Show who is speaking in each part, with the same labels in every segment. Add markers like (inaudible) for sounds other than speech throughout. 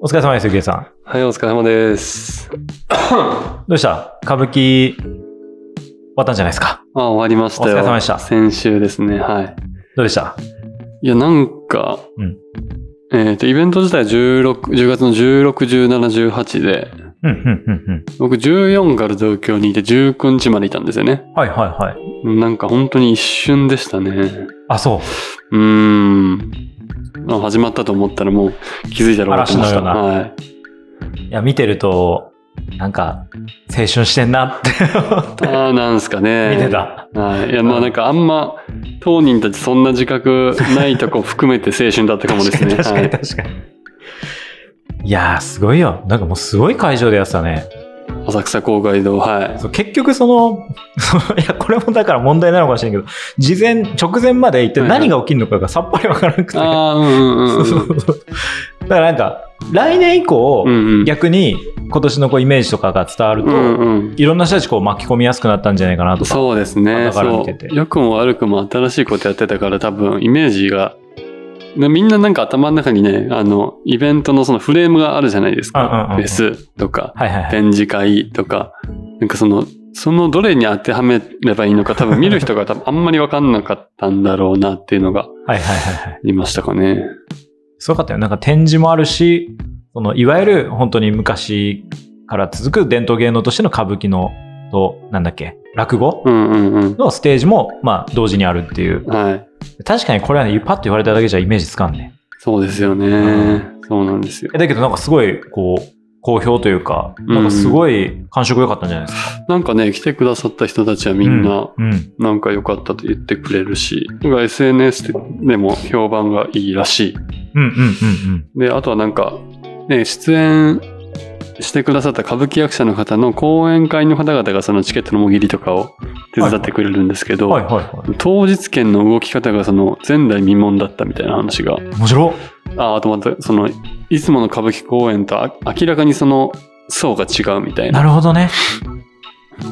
Speaker 1: お疲れ様です、ゆきえさん。
Speaker 2: はい、お疲れ様です。あ、
Speaker 1: どうした歌舞伎、終わったんじゃないですか
Speaker 2: 終わりました
Speaker 1: お
Speaker 2: よ。
Speaker 1: 疲れ様でした
Speaker 2: 先週ですね、はい。
Speaker 1: どうでした
Speaker 2: いや、なんか、
Speaker 1: うん
Speaker 2: えっ、と、イベント自体16、10月の16、17、18で、
Speaker 1: うん、うん、うん、
Speaker 2: 僕14から東京にいて19日までいたんですよね
Speaker 1: う。ん。はい、はい、はい。
Speaker 2: なんか本当に一瞬でしたね。
Speaker 1: あ、そう。
Speaker 2: うーん。あ始まったと思ったらもう気づいたら終わってました。
Speaker 1: 嵐のよ
Speaker 2: はい。
Speaker 1: いや、見てると、なんか、青春してんなって
Speaker 2: ああ、なんすか
Speaker 1: (laughs)
Speaker 2: ね。
Speaker 1: 見てた。
Speaker 2: はい、いやまあなんかあんま当人たちそんな自覚ないとこ含めて青春だったかもですね。
Speaker 1: (laughs) 確か
Speaker 2: は
Speaker 1: に、
Speaker 2: い、
Speaker 1: 確かに。いやー、すごいよ。なんかもうすごい会場でやってたね。
Speaker 2: 浅草郊外道はい。
Speaker 1: そう結局その、 (laughs) そのいや、これもだから問題なのかもしれんけど、事前、直前まで一体何が起きるのかがさっぱりわからなくて。
Speaker 2: ああうんうん。
Speaker 1: そううんそうそう。 (laughs) だからなんか、来年以降、
Speaker 2: (laughs) うんうん。
Speaker 1: 逆に今年のこうイメージとかが伝わると、
Speaker 2: うんうん。
Speaker 1: いろんな人たちこう巻き込みやすくなったんじゃないかなとか。
Speaker 2: そうですね。
Speaker 1: 肌から見
Speaker 2: そ
Speaker 1: てて
Speaker 2: う。良くも悪くも新しいことやってたから多分イメージが。なみんななんか頭の中にね、あの、イベントのそのフレームがあるじゃないです
Speaker 1: うんうんうん
Speaker 2: か。
Speaker 1: うん
Speaker 2: フェスとか、
Speaker 1: はいはいはい。
Speaker 2: 展示会とか、なんかその、そのどれに当てはめればいいのか多分見る人が多分あんまりわかんなかったんだろうなっていうのが
Speaker 1: はいはいはいはい。
Speaker 2: いましたかね。
Speaker 1: すごかったよ。なんか展示もあるし、そのいわゆる本当に昔から続く伝統芸能としての歌舞伎の、と、なんだっけ、落語
Speaker 2: うんうんうん。
Speaker 1: のステージも、まあ、同時にあるっていう。
Speaker 2: はい。
Speaker 1: 確かにこれはね、パッと言われただけじゃイメージつかんね。
Speaker 2: そうですよね。
Speaker 1: ん
Speaker 2: そうなんですよ
Speaker 1: え。だけどなんかすごい、こう、好評というか、なんかすごい感触良かったんじゃないですか。
Speaker 2: なんかね、来てくださった人たちはみんな、
Speaker 1: うん。
Speaker 2: なんか良かったと言ってくれるし、なんか SNS でも評判がいいらし
Speaker 1: うんうんうんうん
Speaker 2: い。で、あとはなんか、ね、出演してくださった歌舞伎役者の方の講演会の方々がそのチケットのもぎりとかを手伝ってくれるんですけ
Speaker 1: うん。
Speaker 2: ど、
Speaker 1: はいはいは
Speaker 2: 当日券の動き方がその前代未聞だったみたいな話が
Speaker 1: い。面白っ
Speaker 2: ああとまたそのいつもの歌舞伎公演とあ明らかにその層が違うみたい
Speaker 1: な
Speaker 2: な
Speaker 1: るほどね。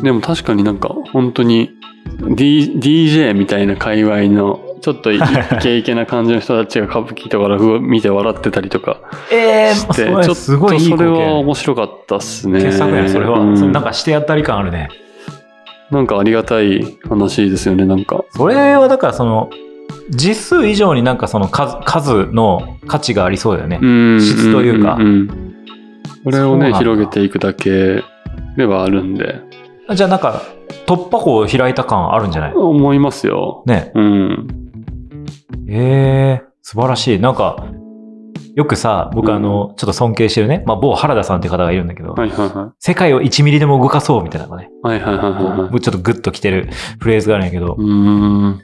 Speaker 2: でも確かになんか本当に、D、DJ みたいな界隈のちょっといイケイケな感じの人たちが歌舞伎とか落語見て笑ってたりとか
Speaker 1: ええ
Speaker 2: し
Speaker 1: ー、
Speaker 2: て、ちょっと
Speaker 1: す
Speaker 2: そ
Speaker 1: ごいいい
Speaker 2: れ
Speaker 1: 光
Speaker 2: は
Speaker 1: 景。
Speaker 2: 面白かったっすね
Speaker 1: 傑作やねそれは、
Speaker 2: うん
Speaker 1: それな
Speaker 2: な
Speaker 1: ん
Speaker 2: ん
Speaker 1: かしてやったり感あるね。
Speaker 2: かありがたい話ですよねなんか
Speaker 1: それはだからその、実数以上になんかその数、数の価値がありそうだよね。
Speaker 2: うん
Speaker 1: 質というか
Speaker 2: んんこれを
Speaker 1: そうなん
Speaker 2: ね
Speaker 1: だ
Speaker 2: 広げていくだけではあるんで
Speaker 1: じゃあなんか、突破口を開いた感あるんじゃない
Speaker 2: 思いますよ
Speaker 1: ね。
Speaker 2: うん
Speaker 1: ええ素晴らしい。なんか、よくさ、僕あの、ちょっと尊敬してるね、まあ某原田さんっていう方がいるんだけど、
Speaker 2: はいはいは
Speaker 1: 世界を1ミリでも動かそうみたいなのがね、
Speaker 2: いはいはいはいはいはい
Speaker 1: 僕ちょっとグッときてるフレーズがあるんやけど、
Speaker 2: うーん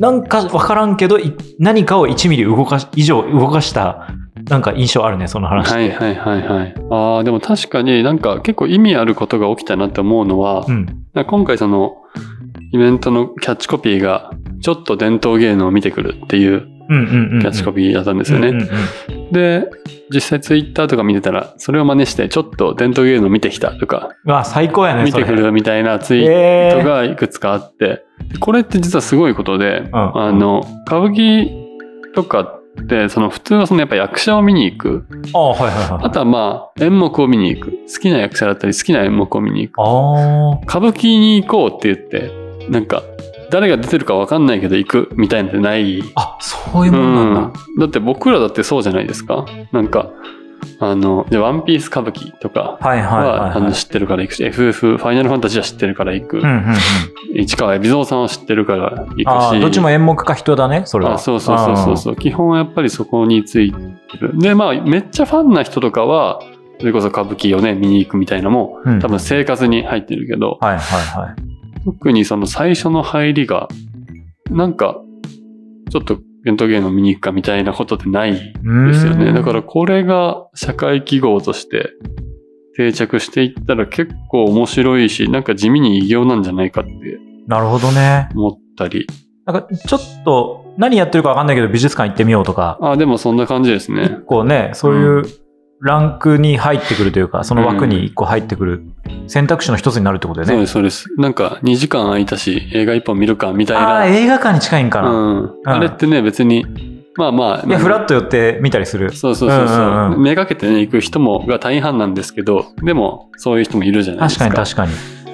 Speaker 1: なんかわからんけど、い何かを1ミリ動かし、以上動かした、なんか印象あるね、その話。
Speaker 2: はいはいはいはい。ああ、でも確かになんか結構意味あることが起きたなって思うのは、
Speaker 1: うん。
Speaker 2: なんか今回そのイベントのキャッチコピーが、ちょっと伝統芸能を見てくるっていう
Speaker 1: うんうんうんうん。
Speaker 2: キャッチコ
Speaker 1: ピ
Speaker 2: ピーだったん
Speaker 1: で
Speaker 2: で
Speaker 1: す
Speaker 2: よね。
Speaker 1: うんうんうん
Speaker 2: で、実際ツイッターとか見てたら、それを真似して、ちょっと伝統芸能見てきたとか、
Speaker 1: うわ、最高やね、
Speaker 2: 見
Speaker 1: それ
Speaker 2: てくるみたいなツイート
Speaker 1: え
Speaker 2: 人
Speaker 1: ー
Speaker 2: がいくつかあって、でこれって実はすごいことで、
Speaker 1: ん
Speaker 2: あの歌舞伎とかってその普通はそのやっぱ役者を見に行く
Speaker 1: あはいはいは
Speaker 2: あ
Speaker 1: い。
Speaker 2: とはまあ演目を見に行く好きな役者だったり好きな演目を見に行く
Speaker 1: あ
Speaker 2: 歌舞伎に行こうって言ってなんか誰が出てるか分かんないけど行くみたいなのってない
Speaker 1: あ。あ、そういうもんなんだ。
Speaker 2: うんだって僕らだってそうじゃないですかなんかあの「じゃあワンピース歌舞伎」とか
Speaker 1: はいはい
Speaker 2: は、
Speaker 1: はい
Speaker 2: あ
Speaker 1: は
Speaker 2: の
Speaker 1: い。
Speaker 2: 知ってるから行くし FF「ファイナルファンタジー」は知ってるから行く、
Speaker 1: うんうんうん。
Speaker 2: 市川海老蔵さんを知ってるから行
Speaker 1: あ
Speaker 2: く
Speaker 1: ー
Speaker 2: し
Speaker 1: どっちも演目か人だね、それは。
Speaker 2: あそうそうそうそうそう基本はやっぱりそこについてるでまあめっちゃファンな人とかはそれこそ歌舞伎をね見に行くみたいなのも
Speaker 1: うん。うん
Speaker 2: 多分生活に入ってるけど、
Speaker 1: はいはいはい。
Speaker 2: 特にその最初の入りがなんかちょっと伝統芸能見に行くかみたいなことってないで
Speaker 1: うーん
Speaker 2: すよねだからこれが社会記号として定着していったら結構面白いしなんか地味に異業なんじゃないかって
Speaker 1: なるほどね。
Speaker 2: 思ったり
Speaker 1: なんか、ちょっと、何やってるかわかんないけど、美術館行ってみようとか、
Speaker 2: あでもそんな感じですね
Speaker 1: 一個ね、そういうランクに入ってくるというか、その枠に一個入ってくる選択肢の一つになるってことだ
Speaker 2: そう
Speaker 1: よ
Speaker 2: で
Speaker 1: ね。
Speaker 2: す、そうです。なんか、2時間空いたし、映画1本見るか、みたい
Speaker 1: ああ、
Speaker 2: な。
Speaker 1: 映画館に近いんか
Speaker 2: う
Speaker 1: な。
Speaker 2: ん。あれってね、別に、まあまあ。
Speaker 1: で、フラッと寄って見たりする。
Speaker 2: そうそうそうそう,、
Speaker 1: うんうんうん
Speaker 2: めがけてね、行く人も、が大半なんですけど、でも、そういう人もいるじゃないで
Speaker 1: 確
Speaker 2: すか。
Speaker 1: かに確かに。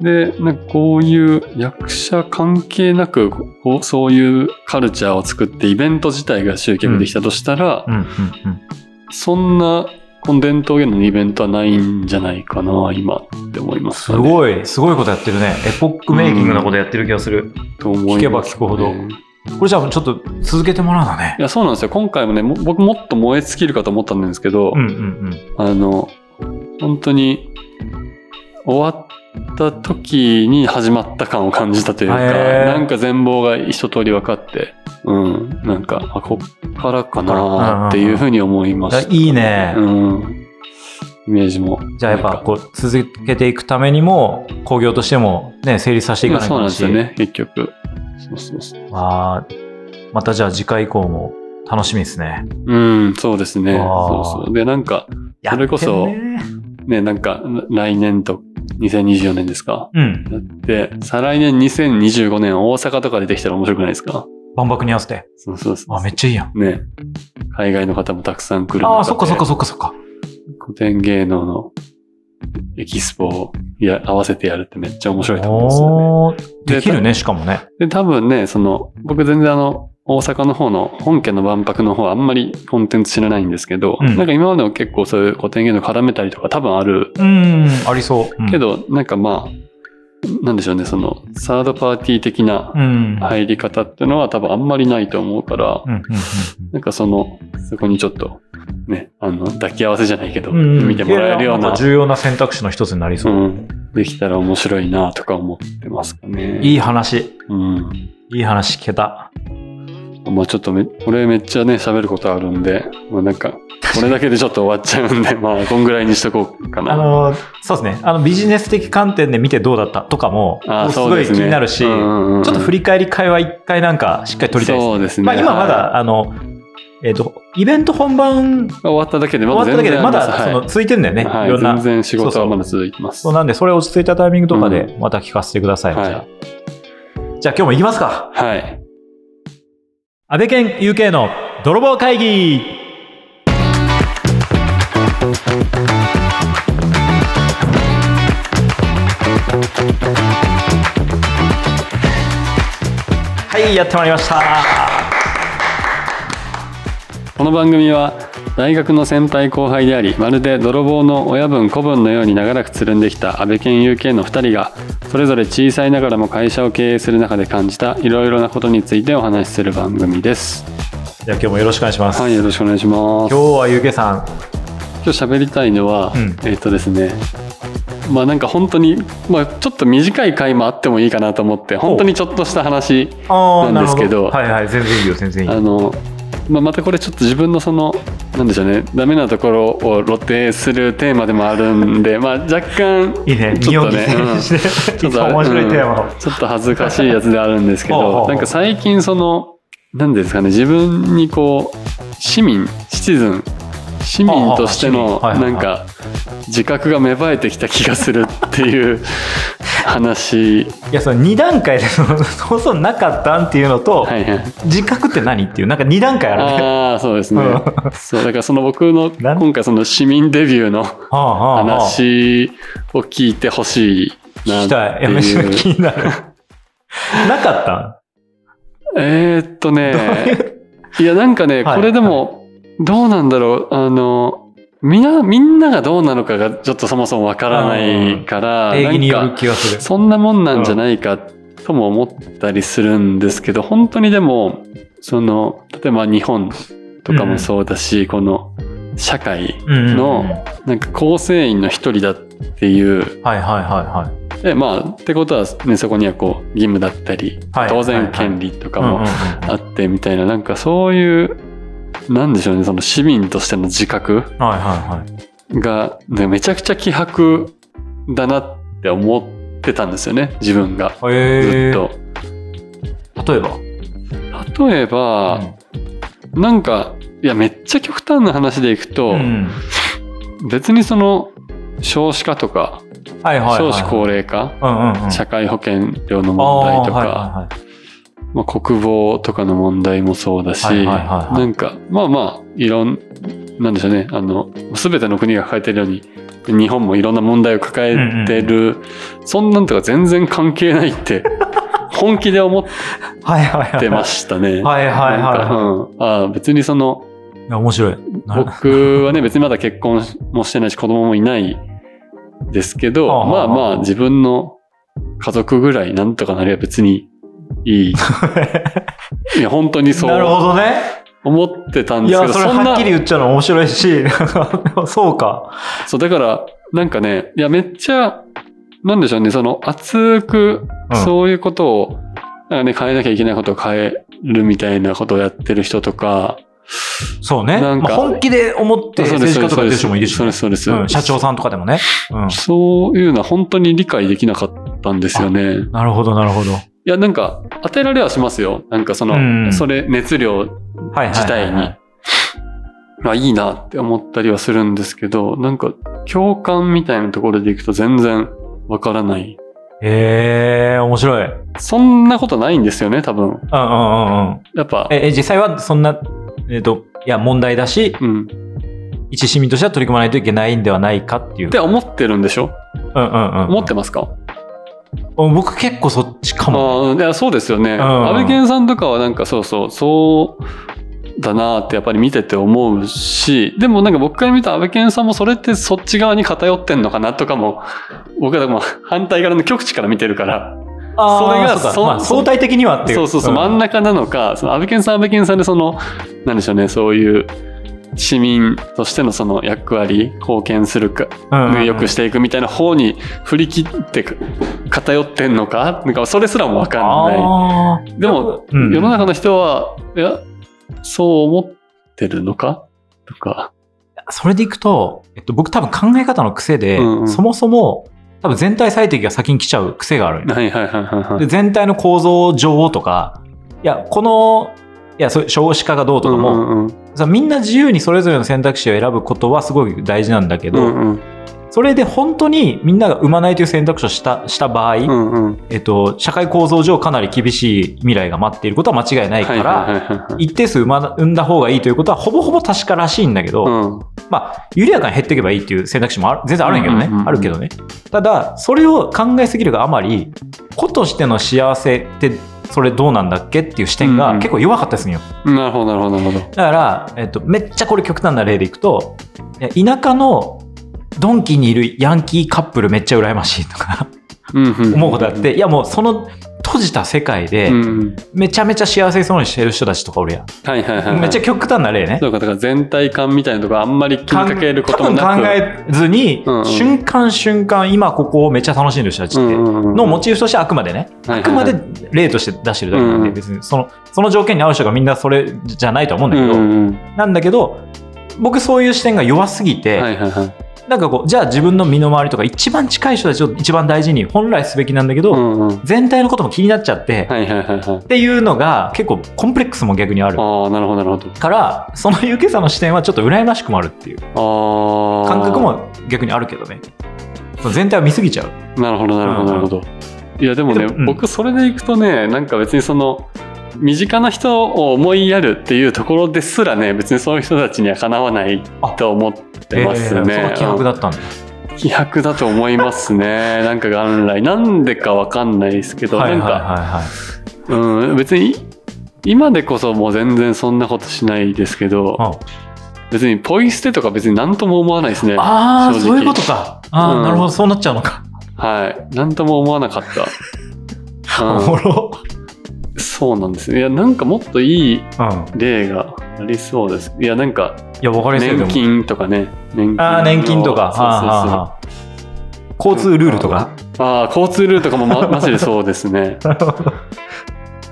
Speaker 2: で、なんかこういう役者関係なく、こうそういうカルチャーを作ってイベント自体が集客できたとしたら、
Speaker 1: うんうん
Speaker 2: そんな、この伝統芸能のイベントはないんじゃないかな、今って思いま
Speaker 1: うん。
Speaker 2: す、
Speaker 1: す
Speaker 2: ね。い。
Speaker 1: ごい、すごいことやってるね。エポックメイキングなことやってる気がする。
Speaker 2: と思います、
Speaker 1: 聞けば聞くほど
Speaker 2: い
Speaker 1: これじゃあちょっと続けてもらうのね。
Speaker 2: や、そうなんですよ。今回もね、も僕もっと燃え尽きるかと思ったんですけど、
Speaker 1: うんうん
Speaker 2: あの、本当に、終わった時に始まった感を感じたというか、
Speaker 1: へー
Speaker 2: なんか全貌が一通り分かって、うん、なんか、あ、こっからかなっていうふうに思いました。
Speaker 1: うんいやいいね
Speaker 2: うん。イメージも。
Speaker 1: うん。じゃあやっぱこう続けていくためにも、興行としてもね、成立させてい
Speaker 2: な
Speaker 1: か
Speaker 2: んか、
Speaker 1: ない
Speaker 2: そう
Speaker 1: と
Speaker 2: なん
Speaker 1: だ
Speaker 2: です
Speaker 1: し
Speaker 2: よ。ね、結局。そうそうそう。
Speaker 1: あーまたじゃあ次回以降も楽しみですね。
Speaker 2: うん、そうです
Speaker 1: あ
Speaker 2: ね。
Speaker 1: ー
Speaker 2: そうそう。で、なんか、
Speaker 1: や
Speaker 2: それこそ
Speaker 1: ってんね
Speaker 2: ね、なんか、来年と、2024年ですか
Speaker 1: うん。
Speaker 2: で、再来年2025年大阪とかでできたら面白くないですか
Speaker 1: 万博に合わせて。
Speaker 2: そうそうそう。
Speaker 1: あ、めっちゃいいやん。
Speaker 2: ね、海外の方もたくさん来る中で。
Speaker 1: ああ、そっかそっかそっかそっか。
Speaker 2: 古典芸能のエキスポをや合わせてやるってめっちゃ面白いと思うんですよね。
Speaker 1: おーできるね、しかもね。
Speaker 2: で、多分ね、その、僕全然あの、大阪の方の本家の万博の方はあんまりコンテンツ知らないんですけど、
Speaker 1: うん
Speaker 2: なんか今までも結構そういう古典芸能絡めたりとか多分ある
Speaker 1: うん、ありそう。うん
Speaker 2: け、ど、なんかまあ、なんでしょうね、その、サードパーティー的な
Speaker 1: うん。い。
Speaker 2: 入り方っていうのは多分あんまりないと思うから、
Speaker 1: うん、うん、
Speaker 2: なんかその、そこにちょっと、ね、あの、抱き合わせじゃないけど、
Speaker 1: うんうん。
Speaker 2: 見てもらえる
Speaker 1: いやい
Speaker 2: よう
Speaker 1: や
Speaker 2: な、
Speaker 1: んか重要な選択肢の一つになり
Speaker 2: う
Speaker 1: そう。
Speaker 2: ん、できたら面白いなとか思ってますかね。
Speaker 1: いい話。
Speaker 2: うん。
Speaker 1: いい話聞けた。
Speaker 2: まあちょっとめ、これめっちゃね、喋ることあるんで、まあなんか、これだけでちょっと終わっちゃうんで、まあ、こんぐらいにしとこうかな。
Speaker 1: あの、そうですね。あの、ビジネス的観点で見てどうだったとかも、
Speaker 2: あー、
Speaker 1: すごい気になるし、ちょっと振
Speaker 2: り
Speaker 1: り返り会は一回なんかしっかり取りたいです。
Speaker 2: そうですね。
Speaker 1: まあ今ま
Speaker 2: はい
Speaker 1: だ、あの、えっと、イベント本番
Speaker 2: 終わっただけで、
Speaker 1: 終わっただけで、まだその
Speaker 2: ね、
Speaker 1: 続いてんだよね。
Speaker 2: はいい、
Speaker 1: ろんな
Speaker 2: 全然仕事
Speaker 1: そうそ
Speaker 2: は
Speaker 1: う
Speaker 2: まだ続いてます。
Speaker 1: そうなんで、それ落ち着いたタイミングとかで
Speaker 2: う、
Speaker 1: また聞かせてください。
Speaker 2: はい
Speaker 1: じゃあ、じゃあ今日も行きますか。
Speaker 2: はい。
Speaker 1: 安倍健 UK の泥棒会議はい、やってまいりました。
Speaker 2: この番組は大学の先輩後輩でありまるで泥棒の親分子分のように長らくつるんできた安倍健有系の2人がそれぞれ小さいながらも会社を経営する中で感じたいろいろなことについてお話しする番組です
Speaker 1: じゃあ今日もよろしくお願いします。
Speaker 2: はいよろしくお願いします
Speaker 1: 今日
Speaker 2: 今
Speaker 1: は UK さん、
Speaker 2: 日喋りたいのは、
Speaker 1: うん
Speaker 2: えっ、とですねまあなんか本当に、まあ、ちょっと短い回もあってもいいかなと思って本当にちょっとした話
Speaker 1: あー
Speaker 2: なんですけど
Speaker 1: なるほはいはい、全然いいよ、全然いい。
Speaker 2: あの、まあ、またこれちょっと自分のそのなんでしょうねダメなところを露呈するテーマでもあるんで、まあ、若干
Speaker 1: いいね、
Speaker 2: ち
Speaker 1: 日
Speaker 2: ょっ
Speaker 1: 本
Speaker 2: と
Speaker 1: に
Speaker 2: ね、うん
Speaker 1: して、
Speaker 2: ちょ
Speaker 1: い
Speaker 2: っ
Speaker 1: つ
Speaker 2: と
Speaker 1: も (laughs) 面白いテーマを。
Speaker 2: うんちょっと恥ずかしいやつであるんですけ
Speaker 1: ほうほうほ
Speaker 2: ど
Speaker 1: う
Speaker 2: なんか最近その何ですかね自分にこう市民シチズン市民としての
Speaker 1: あああ市民はいはいは
Speaker 2: ないんか自覚が芽生えてきた気がするっていう話
Speaker 1: いや、その2段階で、 (laughs) そのそうそうなかったんっていうのと、
Speaker 2: はいはい
Speaker 1: 自覚って何っていう、なんか2段階あるね。
Speaker 2: ああ、そうですね
Speaker 1: う。
Speaker 2: そう、だからその僕の、
Speaker 1: なん
Speaker 2: 今回その市民デビューの
Speaker 1: (laughs) ああああああ
Speaker 2: 話を聞いてほしい
Speaker 1: 聞
Speaker 2: なっ
Speaker 1: き
Speaker 2: て
Speaker 1: たい。いや、むしろ
Speaker 2: いう。
Speaker 1: 気に
Speaker 2: (laughs)
Speaker 1: なる。なかった
Speaker 2: えーっと
Speaker 1: どうい
Speaker 2: ね、
Speaker 1: う
Speaker 2: いやなんかね、
Speaker 1: はい
Speaker 2: これでも、どうなんだろう、あの、みんな、みんながどうなのかがちょっとそもそもわからないから、
Speaker 1: 定義に
Speaker 2: な
Speaker 1: よ
Speaker 2: ん
Speaker 1: る
Speaker 2: か、
Speaker 1: 気がする。
Speaker 2: そんなもんなんじゃないかとも思ったりするんですけど、本当にでも、その、例えば日本とかもそうだし、この、社会
Speaker 1: うん
Speaker 2: の
Speaker 1: うん
Speaker 2: なんか構成員の一人だっていう
Speaker 1: はいはいはいはい。
Speaker 2: でまあってことは、ね、そこにはこう義務だったり、
Speaker 1: はい
Speaker 2: 当
Speaker 1: はい
Speaker 2: 然
Speaker 1: はい
Speaker 2: 権利とか
Speaker 1: うんうんう
Speaker 2: も
Speaker 1: ん
Speaker 2: あってみたいな、なんかそういうなんでしょうねその市民としての自覚
Speaker 1: はいはいはい。
Speaker 2: が、ね、めちゃくちゃ希薄だなって思ってたんですよね自分がず
Speaker 1: え
Speaker 2: っ
Speaker 1: ー
Speaker 2: と。
Speaker 1: 例えば。
Speaker 2: 例えば、なんかいやめっちゃ極端な話でいくと、
Speaker 1: うん
Speaker 2: 別にその少子化とか
Speaker 1: はいはいはい。
Speaker 2: 少子高齢化、
Speaker 1: うんうんうん。
Speaker 2: 社会保険料の
Speaker 1: ああ
Speaker 2: 問題とか、
Speaker 1: はいはいはい
Speaker 2: まあ、国防とかの問題もそうだし、
Speaker 1: はいはいはいはい
Speaker 2: なんか、まあまあ、いろん、なんでしょうね、あの、すべての国が抱えてるように、日本もいろんな問題を抱えてる、そんなんとか全然関係ないって、本気で思っ
Speaker 1: はいはいはい。
Speaker 2: てました
Speaker 1: (laughs)
Speaker 2: ね。
Speaker 1: はいはい
Speaker 2: なんか
Speaker 1: は
Speaker 2: うん、ああ別にその、
Speaker 1: い。いや、面白い。な
Speaker 2: 僕はね、別にまだ結婚もしてないし、子供もいないですけど、
Speaker 1: はあ
Speaker 2: ま
Speaker 1: はあ
Speaker 2: あまあ、自分の家族ぐらいなんとかなりゃ別に
Speaker 1: (laughs)
Speaker 2: いい。いや、本当にそ
Speaker 1: なる
Speaker 2: う
Speaker 1: ほどね。
Speaker 2: 思ってたん
Speaker 1: い
Speaker 2: です
Speaker 1: や、
Speaker 2: けど、
Speaker 1: それ
Speaker 2: ん
Speaker 1: は
Speaker 2: な
Speaker 1: っきり言っちゃうの面白いし、 (laughs) そうか。
Speaker 2: そう、だから、なんかね、いや、めっちゃ、なんでしょうね、その、熱く
Speaker 1: うん、
Speaker 2: そういうことを、なんかね、変えなきゃいけないことを変えるみたいなことをやってる人とか、
Speaker 1: そうね。
Speaker 2: なん
Speaker 1: ま
Speaker 2: か
Speaker 1: あ、本気で思って
Speaker 2: そ
Speaker 1: 政
Speaker 2: うです
Speaker 1: 治家とか
Speaker 2: そ
Speaker 1: 出
Speaker 2: うで
Speaker 1: てる
Speaker 2: す
Speaker 1: 人もいるし
Speaker 2: そう
Speaker 1: ね、
Speaker 2: です、そうです。
Speaker 1: うん社長さんとかでもね。う
Speaker 2: そういうのは本当に理解できなかったんですよね。
Speaker 1: ん。なるほど、なるほど。はい
Speaker 2: や、なんか、当てられはしますよ。なんかその、
Speaker 1: うん
Speaker 2: それ、熱量
Speaker 1: いはいはいはい。
Speaker 2: 自体に。まあ、いいなって思ったりはするんですけど、なんか、共感みたいなところでいくと全然わからない。
Speaker 1: へえ、面白い。うん
Speaker 2: そんなことないんですよね、多分。
Speaker 1: うんうんうん。
Speaker 2: やっぱ、
Speaker 1: え、え実際はそんな、えっ、と、いや、問題だし、
Speaker 2: うん。っ
Speaker 1: 一市民としては取り組まないといけないんではないかっていう。
Speaker 2: て思ってるんでしょ
Speaker 1: うんうんうん。
Speaker 2: 思ってますか、
Speaker 1: うん僕結構そっちかも。
Speaker 2: ああ、いや、そうですよね。
Speaker 1: ん
Speaker 2: 安倍健さんとかはなんかそうそう、そうだなってやっぱり見てて思うし、でもなんか僕から見た安倍健さんもそれってそっち側に偏ってんのかなとかも、僕はもう反対側の極地から見てるから、
Speaker 1: あー
Speaker 2: それが
Speaker 1: うか
Speaker 2: そ
Speaker 1: まあ、相対的にはっていう。
Speaker 2: そうそうそう、真ん
Speaker 1: 中。
Speaker 2: 中なのか、その安倍健さん安倍健さんでその、なんでしょうね、そういう、市民としてのその役割、貢献するか、
Speaker 1: うんうん
Speaker 2: よくしていくみたいな方に振り切って偏ってんのかなんかそれすらもわかんない。
Speaker 1: あー
Speaker 2: でも、
Speaker 1: うん
Speaker 2: 世の中の人は、いや、そう思ってるのかとか。
Speaker 1: それでいくと、えっと、僕多分考え方の癖で、
Speaker 2: うんうん
Speaker 1: そもそも多分全体最適が先に来ちゃう癖がある。
Speaker 2: はいはいはいはいは
Speaker 1: で
Speaker 2: い。
Speaker 1: 全体の構造上とか、いや、この、いや、そういう少子化がどうとかも、
Speaker 2: うんうん
Speaker 1: さみんな自由にそれぞれの選択肢を選ぶことはすごい大事なんだけ
Speaker 2: う
Speaker 1: ど、
Speaker 2: んうん
Speaker 1: それで本当にみんなが産まないという選択肢をしたした場合、
Speaker 2: うんうん
Speaker 1: えっと、社会構造上かなり厳しい未来が待っていることは間違いないから、
Speaker 2: はいはいはいはい
Speaker 1: 一定数産ま産んだ方がいいということはほぼほぼ確からしいんだけど、
Speaker 2: うん
Speaker 1: まあ、緩やかに減っていけばいいっていう選択肢もある全然あるんやけどね、
Speaker 2: うんうんうん
Speaker 1: あるけどねただそれを考えすぎるがあまり子としての幸せってそれどうなんだっけっていう視点
Speaker 2: うん
Speaker 1: が
Speaker 2: うん
Speaker 1: 結構弱かったですんよ
Speaker 2: なるほどなるほどなるほ
Speaker 1: だから、えっと、めっちゃこれ極端な例でいくといや田舎のドンキにいるヤンキーカップルめっちゃ羨ましいとか
Speaker 2: ど。んん
Speaker 1: 思うことあっ。ていやもうその閉じた世界で
Speaker 2: うんうん
Speaker 1: めちゃめちゃ幸せそうにしてる人たちとか俺や
Speaker 2: はいはいはいはい。
Speaker 1: めっちゃ極端な例ね
Speaker 2: そうか、だから全体感みたいなところあんまり気にかけることもなく。
Speaker 1: 多分考えずに、
Speaker 2: うんうん
Speaker 1: 瞬間瞬間今ここをめっちゃ楽しんでる人たちって、のモチーフとしてあくまでね、
Speaker 2: あ
Speaker 1: あくまで例として出してるだけなん
Speaker 2: うん
Speaker 1: で、
Speaker 2: うん
Speaker 1: 別にそのその条件に合う人がみんなそれじゃないとは思うんだけど、なんだけど僕そういう視点が弱すぎて、
Speaker 2: はいはいはい。
Speaker 1: なんかこうじゃあ自分の身の回りとか一番近い人たちを一番大事に本来すべきなんだけど、
Speaker 2: うんうん
Speaker 1: 全体のことも気になっちゃって、
Speaker 2: はいはいはいはい。
Speaker 1: っていうのが結構コンプレックスも逆にある。
Speaker 2: ああ、なるほどなるほど。
Speaker 1: からそのゆうけさんの視点はちょっと羨ましくもあるっていう
Speaker 2: ああ。
Speaker 1: 感覚。も逆にあるけどねその全体を見すぎちゃう
Speaker 2: なるほどなるほどなるほど。いやでもね、
Speaker 1: でもうん
Speaker 2: 僕それでいくとね、なんか別にその、身近な人を思いやるっていうところですらね、別にそういう人たちにはかなわないと思ってますね。
Speaker 1: えーその気迫だったんだ、
Speaker 2: うん気迫だと思いますね。 (laughs) なんか元来。なんでかわかんないですけど、
Speaker 1: はいはい
Speaker 2: な
Speaker 1: は
Speaker 2: ん
Speaker 1: い
Speaker 2: か、
Speaker 1: はい
Speaker 2: うん、別に今でこそもう全然そんなことしないですけど、
Speaker 1: うん
Speaker 2: 別にポイ捨てとか別に何とも思わないですね。は
Speaker 1: ああ
Speaker 2: 正直
Speaker 1: そういうことかああ、
Speaker 2: うん
Speaker 1: なるほどそうなっちゃうのか、
Speaker 2: い。何とも思わなかっ
Speaker 1: (laughs)
Speaker 2: た。
Speaker 1: お
Speaker 2: う
Speaker 1: もろ
Speaker 2: ん、そうなんですね。いや、なんかもっといい
Speaker 1: うん
Speaker 2: 例がありそうです。いや、なんか、
Speaker 1: いや分かりやすいでも
Speaker 2: 年金とかね。年金
Speaker 1: ああ年金とか
Speaker 2: そうそうそう
Speaker 1: はあはあはあ交通ルールとか、
Speaker 2: ああ、交通ルールとかもま、マジでそうです
Speaker 1: (laughs)
Speaker 2: ね。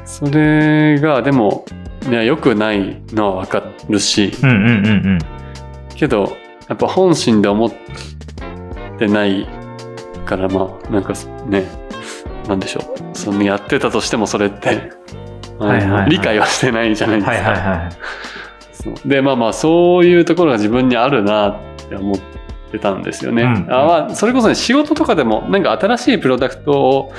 Speaker 2: それが、でも、いや、良くないのはわかるし、
Speaker 1: (laughs) うん、うんうんうん
Speaker 2: けどやっぱ本心で思ってないからまあなんかねなんでしょうそのやってたとしてもそれって、あの
Speaker 1: はいはいはい
Speaker 2: 理解はしてないじゃないですか、
Speaker 1: はいはいはい
Speaker 2: そうでまあまあそういうところが自分にあるなって思ってたんですよね、
Speaker 1: うん
Speaker 2: あまあ、それこそね仕事とかでもなんか新しいプロダクトを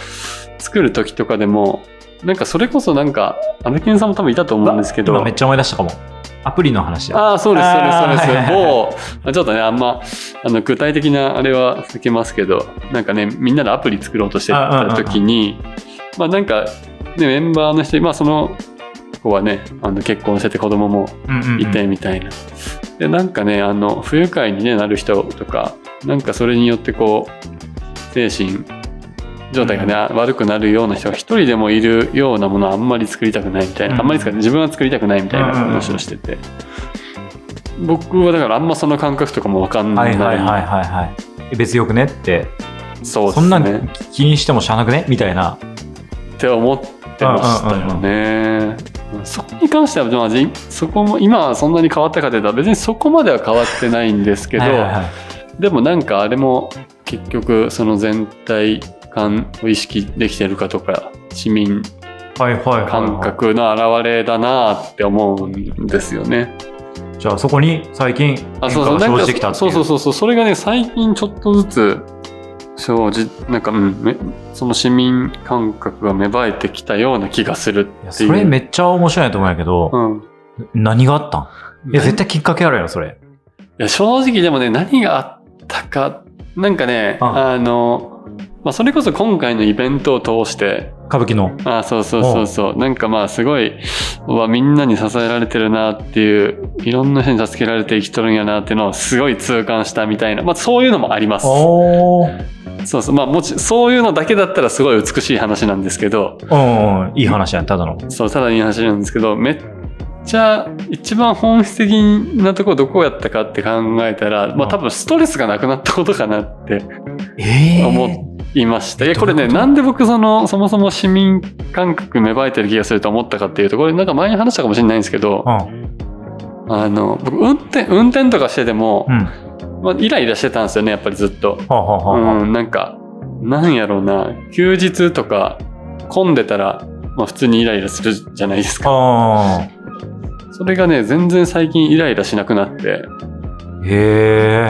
Speaker 2: 作る時とかでもなんかそれこそなんか安倍健さんも多分いたと思うんですけど
Speaker 1: 今めっちゃ思い出したかも。アプリの話だ。
Speaker 2: ああそうですそうです
Speaker 1: あ
Speaker 2: そう
Speaker 1: ー
Speaker 2: です、
Speaker 1: はいはいはい
Speaker 2: 某まあちょっとねあんまあの具体的なあれは避けますけどなんかねみんなでアプリ作ろうとしてた時にまあなんか、ね、メンバーの人まあその子はねあの結婚してて子供も
Speaker 1: うんうんうん
Speaker 2: いてみたいな、でなんかねあの不愉快に、ね、なる人とかなんかそれによってこう精神状態が、ね悪くなるような人が一人でもいるようなものはあんまり作りたくないみたいな、
Speaker 1: うん
Speaker 2: あんまりですかね自分は作りたくないみたいな話をしてて、僕はだからあんまその感覚とかも分かんな、
Speaker 1: はいいはいはいはいはい。別によくねって、
Speaker 2: そう
Speaker 1: そ
Speaker 2: です
Speaker 1: んな
Speaker 2: ね
Speaker 1: ん気にしてもしゃあなくねみたいな。
Speaker 2: って思ってましたよね。そこに関してはまあじそこも今はそんなに変わったかというと別にそこまでは変わってないんですけど、
Speaker 1: はいはいはい
Speaker 2: でもなんかあれも結局その全体感を意識できてるかとか市民
Speaker 1: はいはいはい
Speaker 2: 感
Speaker 1: は
Speaker 2: 覚の表れだなって思うんですよね。
Speaker 1: い。じゃあそこに最近変化
Speaker 2: あそうそう
Speaker 1: が
Speaker 2: なん
Speaker 1: 生
Speaker 2: か
Speaker 1: じてきたって
Speaker 2: そ
Speaker 1: いう
Speaker 2: そう
Speaker 1: う。
Speaker 2: そうそうそれがね最近ちょっとずつ生じなんかうんめその市民感覚が芽生えてきたような気がする
Speaker 1: いや
Speaker 2: って
Speaker 1: そ
Speaker 2: いう。
Speaker 1: れめっちゃ面白いなと思うんやけど、
Speaker 2: うん
Speaker 1: 何があったんいや、
Speaker 2: 何
Speaker 1: 絶対きっかけあるやろ、それ。
Speaker 2: いや正直でもね何があったかなんかね
Speaker 1: うん
Speaker 2: あの、まあ、それこそ今回のイベントを通して
Speaker 1: 歌舞伎の。
Speaker 2: あそうそうそうそうなんかまあすごいうわみんなに支えられてるなっていういろんな人に助けられて生きとるんやなっていうのをすごい痛感したみたいな、まあ、そういうのもあります
Speaker 1: おー。
Speaker 2: そうそうまあもちそういうのだけだったらすごい美しい話なんですけど
Speaker 1: うんうん、いい話やん、ただの。
Speaker 2: そうただいい話なんですけどめっちゃ一番本質的なとこどこやったかって考えたら、まあ、多分ストレスがなくなったことかなって
Speaker 1: ええ
Speaker 2: 思いました。いや、
Speaker 1: ど
Speaker 2: こ
Speaker 1: うい
Speaker 2: れ
Speaker 1: うこと
Speaker 2: ね、なんで僕、その、そもそも市民感覚芽生えてる気がすると思ったかっていうと、これなんか前に話したかもしれないんですけど、
Speaker 1: うん。
Speaker 2: あの、僕、運転、運転とかしてても
Speaker 1: う、ん。
Speaker 2: まあ、イライラしてたんですよね、やっぱりずっと。
Speaker 1: はあ、はあはあはあ、
Speaker 2: うん、なんか、なんやろうな、休日とか混んでたら、まあ、普通にイライラするじゃないですか。
Speaker 1: あ
Speaker 2: それがね、全然最近イライラしなくなって、
Speaker 1: ーへ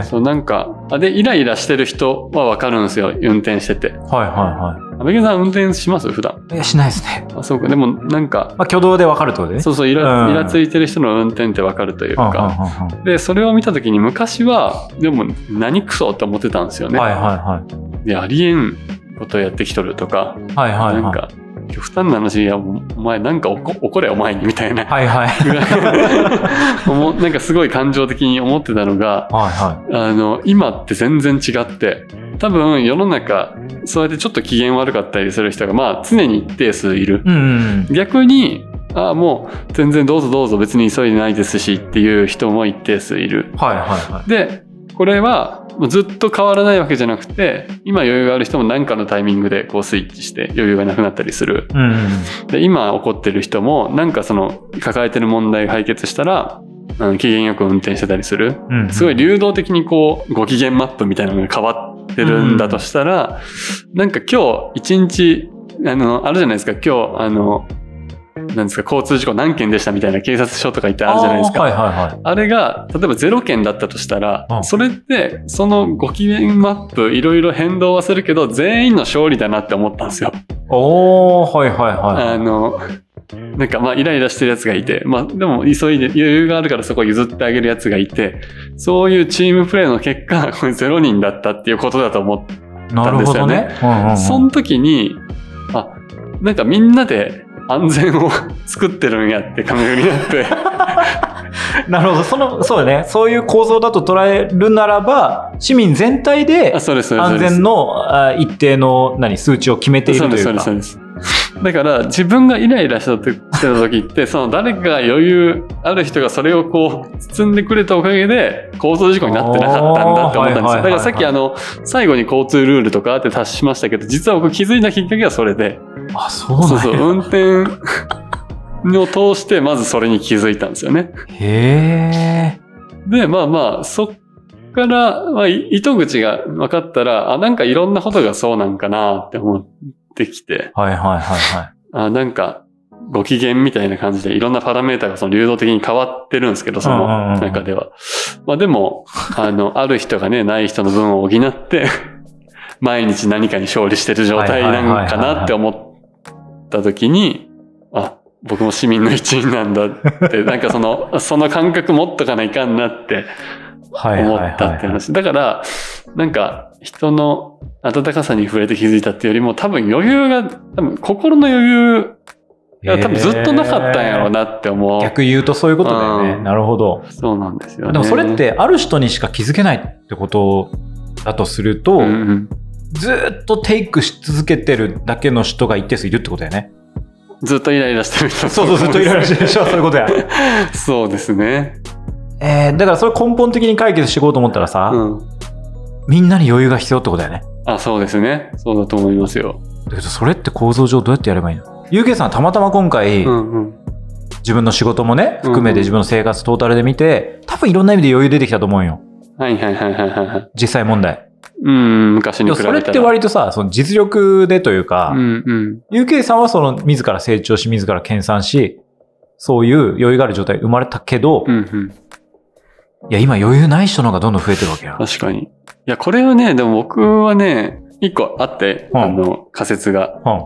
Speaker 1: え。
Speaker 2: そう、なんか、あ、で、イライラしてる人はわかるんですよ、運転してて。
Speaker 1: はいはいは
Speaker 2: 阿部健さん運転します普段。
Speaker 1: い。いや、しないですね。
Speaker 2: あ、そうか。でも、なんか、
Speaker 1: まあ、挙動でわかるってことでね。
Speaker 2: そうそうイラ,、
Speaker 1: うん
Speaker 2: イラついてる人の運転ってわかるという
Speaker 1: うんうん
Speaker 2: か、
Speaker 1: うん
Speaker 2: でそれを見た時に昔はでも何クソって思ってたんですよ
Speaker 1: うん
Speaker 2: ね、
Speaker 1: はいはい
Speaker 2: でありえんことやってきとるとか、
Speaker 1: はい。はいはい
Speaker 2: なん
Speaker 1: はい。
Speaker 2: か極端な話いやお前なんか怒怒れお前にみたいな。 (laughs)
Speaker 1: はいはい。
Speaker 2: ぐらい思なんかすごい感情的に思ってたのが
Speaker 1: はいは
Speaker 2: あの今って全然違って多分世の中そうやってちょっと機嫌悪かったりする人がまあ常に一定数いる
Speaker 1: い。うんうん。
Speaker 2: 逆にああもう全然どうぞどうぞ別に急いでないですしっていう人も一定数いる
Speaker 1: はいはいはい。
Speaker 2: でこれはもうずっと変わらないわけじゃなくて今余裕がある人も何かのタイミングでこうスイッチして余裕がなくなったりする
Speaker 1: うんうん。
Speaker 2: で今怒ってる人もなんかその抱えてる問題解決したらあの機嫌よく運転してたりする
Speaker 1: うんうん
Speaker 2: すごい流動的にこうご機嫌マップみたいなのが変わってるんだとしたら、なんか今日一日あのあるじゃないですか今日あのなんですか交通事故何件でしたみたいな警察署とか言ってあるじゃないですか。あ,、
Speaker 1: はいはいはい。
Speaker 2: れが例えば0件だったとしたら、
Speaker 1: うん
Speaker 2: それってそのご機嫌マップいろいろ変動はするけど全員の勝利だなって思ったんですよ。
Speaker 1: おー、はいはいはい。
Speaker 2: あの、なんかまあイライラしてるやつがいて、まあでも急いで余裕があるからそこ譲ってあげるやつがいて、そういうチームプレーの結果、 (laughs) これ0人だったっていうことだと思って、
Speaker 1: なるほどね。うんうんうん
Speaker 2: その時に、あ、なんかみんなで安全を (laughs) 作ってるんやって感覚になって、
Speaker 1: なるほど。その、そうだね。そういう構造だと捉えるならば、市民全体で
Speaker 2: あ、そうです、そうです。
Speaker 1: 安全のあ一定の何数値を決めてい
Speaker 2: そう
Speaker 1: ると
Speaker 2: で
Speaker 1: い
Speaker 2: す、
Speaker 1: う
Speaker 2: そうで
Speaker 1: か。
Speaker 2: す、そうです。だから自分がイライラしたとしてた時 (laughs) って、その誰かが余裕ある人がそれをこう包んでくれたおかげで交通事故になってなかったんだって思った
Speaker 1: あーはいはいは
Speaker 2: んです
Speaker 1: いは
Speaker 2: よ。だ
Speaker 1: い
Speaker 2: からさっきあの、最後に交通ルールとかって達しましたけど、実は僕気づいたきっかけはそれで、
Speaker 1: あ、そうなん
Speaker 2: そう
Speaker 1: や
Speaker 2: そう、運転を通してまずそれに気づいたんですよね。
Speaker 1: へえ。
Speaker 2: で、まあまあ、そっから、まあ、い糸口が分かったら、あ、なんかいろんなことがそうなんかなって思ってきて、
Speaker 1: はいはいはいはい。
Speaker 2: あなんか、ご機嫌みたいな感じで、いろんなパラメータがその流動的に変わってるんですけど、そ
Speaker 1: うんうん
Speaker 2: の
Speaker 1: うん
Speaker 2: 中では。まあでも、あの、 (laughs) ある人がね、ない人の分を補って、 (laughs) 毎日何かに勝利してる状態なんかなって思った時に、僕も市民の一員なん
Speaker 1: (laughs)
Speaker 2: だって、なんかその、その感覚持っとかないかんなって
Speaker 1: はい
Speaker 2: 思
Speaker 1: はい
Speaker 2: った
Speaker 1: は
Speaker 2: っ
Speaker 1: いは
Speaker 2: て
Speaker 1: い。
Speaker 2: 話。だから、なんか人の温かさに触れて気づいたっていうよりも、多分余裕が、多分心の余裕が多分ずっとなかったんやろうなって思う。
Speaker 1: 逆言うとそういうことだよね。
Speaker 2: うん
Speaker 1: なるほど。
Speaker 2: そうなんですよね。
Speaker 1: でもそれっ、てある人にしか気づけないってことだとすると、
Speaker 2: うんうん
Speaker 1: ずーっとテイクし続けてるだけの人が一定数いるってことだよね。
Speaker 2: ずっとイライラしてる人。
Speaker 1: そうそう、ずっといらっしゃるでしょ。そういうことや。
Speaker 2: (laughs) そうですね。
Speaker 1: (laughs) えー、だからそれ根本的に解決していこうと思ったらさ、
Speaker 2: うん。
Speaker 1: みんなに余裕が必要ってことだよね。
Speaker 2: あ、そうですね。そうだと思いますよ。
Speaker 1: だけどそれって構造上どうやってやればいいの ?UK さんはたまたま今回、
Speaker 2: うんうん。
Speaker 1: 自分の仕事もね、含め
Speaker 2: うんうん
Speaker 1: て自分の生活トータルで見て、多分いろんな意味で余裕出てきたと思うよ。
Speaker 2: はいはいはいはいはいはい。
Speaker 1: 実際問題。
Speaker 2: うん、昔
Speaker 1: で
Speaker 2: に
Speaker 1: も
Speaker 2: 比べ
Speaker 1: そ
Speaker 2: たら。
Speaker 1: れって割とさ、その実力でというか、
Speaker 2: うんうん。
Speaker 1: UK さんはその自ら成長し、自ら研鑽し、そういう余裕がある状態生まれたけど、
Speaker 2: う
Speaker 1: い
Speaker 2: んうん。
Speaker 1: や、今余裕ない人の方がどんどん増えてるわけや。
Speaker 2: 確かに。いや、これはね、でも僕はね、一個あって、
Speaker 1: うん
Speaker 2: あの、仮説が。
Speaker 1: うん。あ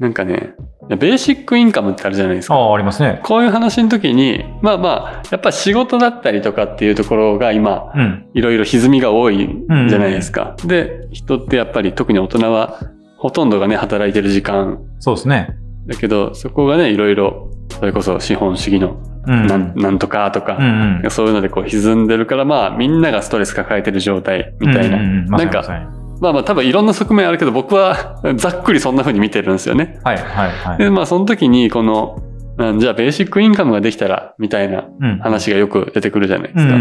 Speaker 2: なんかね、いやベーシックインカムってあるじゃないですか。
Speaker 1: あ、ありますね。
Speaker 2: こういう話の時に、まあまあ、やっぱ仕事だったりとかっていうところが今、
Speaker 1: うん。
Speaker 2: いろいろ歪みが多いじゃないですか。で、人ってやっぱり特に大人は、ほとんどがね、働いてる時間
Speaker 1: そうですね。
Speaker 2: だけど、そこがね、いろいろ、それこそ資本主義の
Speaker 1: うん。
Speaker 2: なんなんとかと
Speaker 1: うん
Speaker 2: か、
Speaker 1: うん。
Speaker 2: そういうのでこう歪んでるから、まあみんながストレス抱えてる状態みたいな。
Speaker 1: うんうんうんまさ
Speaker 2: なん
Speaker 1: にま
Speaker 2: か、
Speaker 1: さに
Speaker 2: まあまあ多分いろんな側面あるけど、僕はざっくりそんな風に見てるんですよね。
Speaker 1: はいはいはい。
Speaker 2: で、まあその時に、この、なんじゃあベーシックインカムができたら、みたいな
Speaker 1: うん
Speaker 2: 話がよく出てくるじゃないで
Speaker 1: う
Speaker 2: す
Speaker 1: んう
Speaker 2: か。
Speaker 1: ん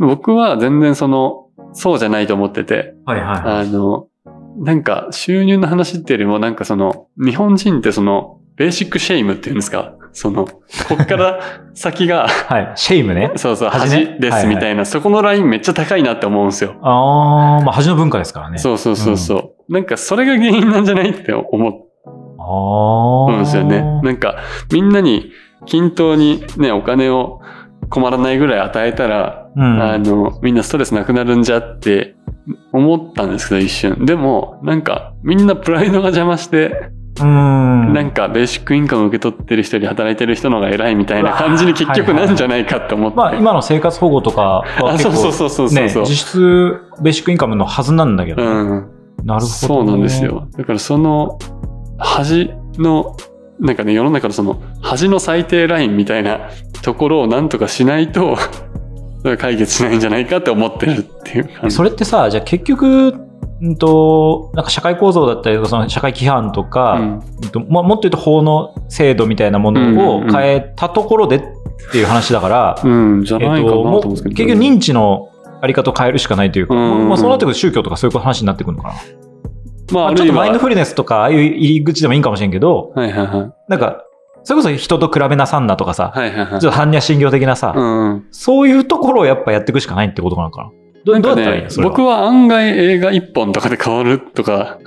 Speaker 1: うん。
Speaker 2: 僕は全然その、そうじゃないと思ってて、
Speaker 1: はいはいはい。
Speaker 2: あの、なんか収入の話っていうよりもなんかその、日本人ってその、ベーシックシェイムっていうんですかその、こっから先 (laughs) が、
Speaker 1: はい。シェイムね。
Speaker 2: そうそう、
Speaker 1: 恥ね
Speaker 2: 恥ですみたいな、そこのラインめっちゃ高いなって思うんですよ。
Speaker 1: ああ、まあ、恥の文化ですからね。
Speaker 2: そうそうそうそう。なんかそれが原因なんじゃないって思
Speaker 1: ああ。
Speaker 2: うんですよね。なんかみんなに均等にね、お金を困らないぐらい与えたら、
Speaker 1: うん。
Speaker 2: あの、みんなストレスなくなるんじゃって思ったんですけど、一瞬。でも、なんかみんなプライドが邪魔して、
Speaker 1: うん。
Speaker 2: なんかベーシックインカム受け取ってる人より働いてる人の方が偉いみたいな感じに結局なんじゃないかって思って。
Speaker 1: まあ、今の生活保護とかは
Speaker 2: あ、
Speaker 1: 結
Speaker 2: そうそう
Speaker 1: 構、
Speaker 2: そうそうそう
Speaker 1: ね、
Speaker 2: そう。
Speaker 1: 実質ベーシックインカムのはずなんだけど。
Speaker 2: うん。
Speaker 1: なるほど。
Speaker 2: そうなんです。よ。だからその恥の、なんかね、世の中のその恥の最低ラインみたいなところをなんとかしないと、それは解決しないんじゃないかって思ってるっていう感じ。
Speaker 1: それってさ、じゃあ結局、んと、なんか社会構造だったりとか、その社会規範とか、
Speaker 2: うん
Speaker 1: うんとまあ、もっと言うと法の制度みたいなものを変えたところでっていう話だから、
Speaker 2: うん、じゃないかなと
Speaker 1: も
Speaker 2: 思
Speaker 1: う
Speaker 2: うんです
Speaker 1: 結
Speaker 2: け
Speaker 1: 局
Speaker 2: ど。
Speaker 1: 認知のあり方を変えるしかないというか、
Speaker 2: うんうんうん
Speaker 1: まあ、そうなってくると宗教とかそういう話になってくるのかな。
Speaker 2: まあ、
Speaker 1: ま
Speaker 2: あ
Speaker 1: あ、ちょ
Speaker 2: る
Speaker 1: っ
Speaker 2: い
Speaker 1: と
Speaker 2: は、
Speaker 1: マ
Speaker 2: は
Speaker 1: イン
Speaker 2: い
Speaker 1: ドフルネスとか、ああいう入り口でもいいんかもしれんけど、
Speaker 2: はいはい。
Speaker 1: なんか、それこそ人と比べなさんなとかさ、
Speaker 2: はいはいはい。
Speaker 1: ちょっと般若心経的なさ、
Speaker 2: うん、
Speaker 1: そういうところをやっぱやっていくしかないってことなのかな。ど
Speaker 2: なん
Speaker 1: ど
Speaker 2: か
Speaker 1: うやったらいい
Speaker 2: ね
Speaker 1: の、それは
Speaker 2: 僕は案外映画一本とかで変わるとか、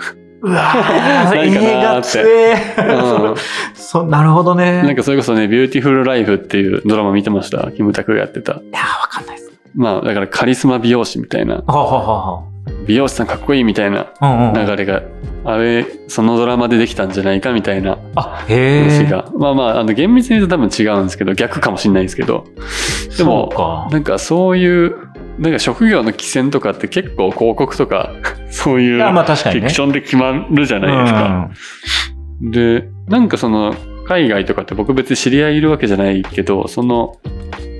Speaker 1: うわ
Speaker 2: (laughs) な
Speaker 1: ー
Speaker 2: いかなーって
Speaker 1: 映画つえーそなるほどね。
Speaker 2: (laughs) なんかそれこそね、ビューティフルライフっていうドラマ見てました。キムタクがやってた。
Speaker 1: いやーわかんないです。
Speaker 2: まあ、だからカリスマ美容師みたいな。
Speaker 1: はあ、はあは
Speaker 2: 美容師さんかっこいいみたいな
Speaker 1: あはあ、うんうん。
Speaker 2: 流れが、あれ、そのドラマでできたんじゃないかみたいな
Speaker 1: あ、へ
Speaker 2: 話
Speaker 1: え。
Speaker 2: が。まあまあ、あの、厳密に言うと多分違うんですけど、逆かもしれないですけど、でも
Speaker 1: そうか。
Speaker 2: なんかそういう、なんか職業の規制とかって結構広告とか、 (laughs) そういう、
Speaker 1: いやまあ確か
Speaker 2: フ
Speaker 1: に
Speaker 2: ィ
Speaker 1: ね。
Speaker 2: クションで決まるじゃないですか。で、なんかその、海外とかって僕別に知り合いいるわけじゃないけど、その、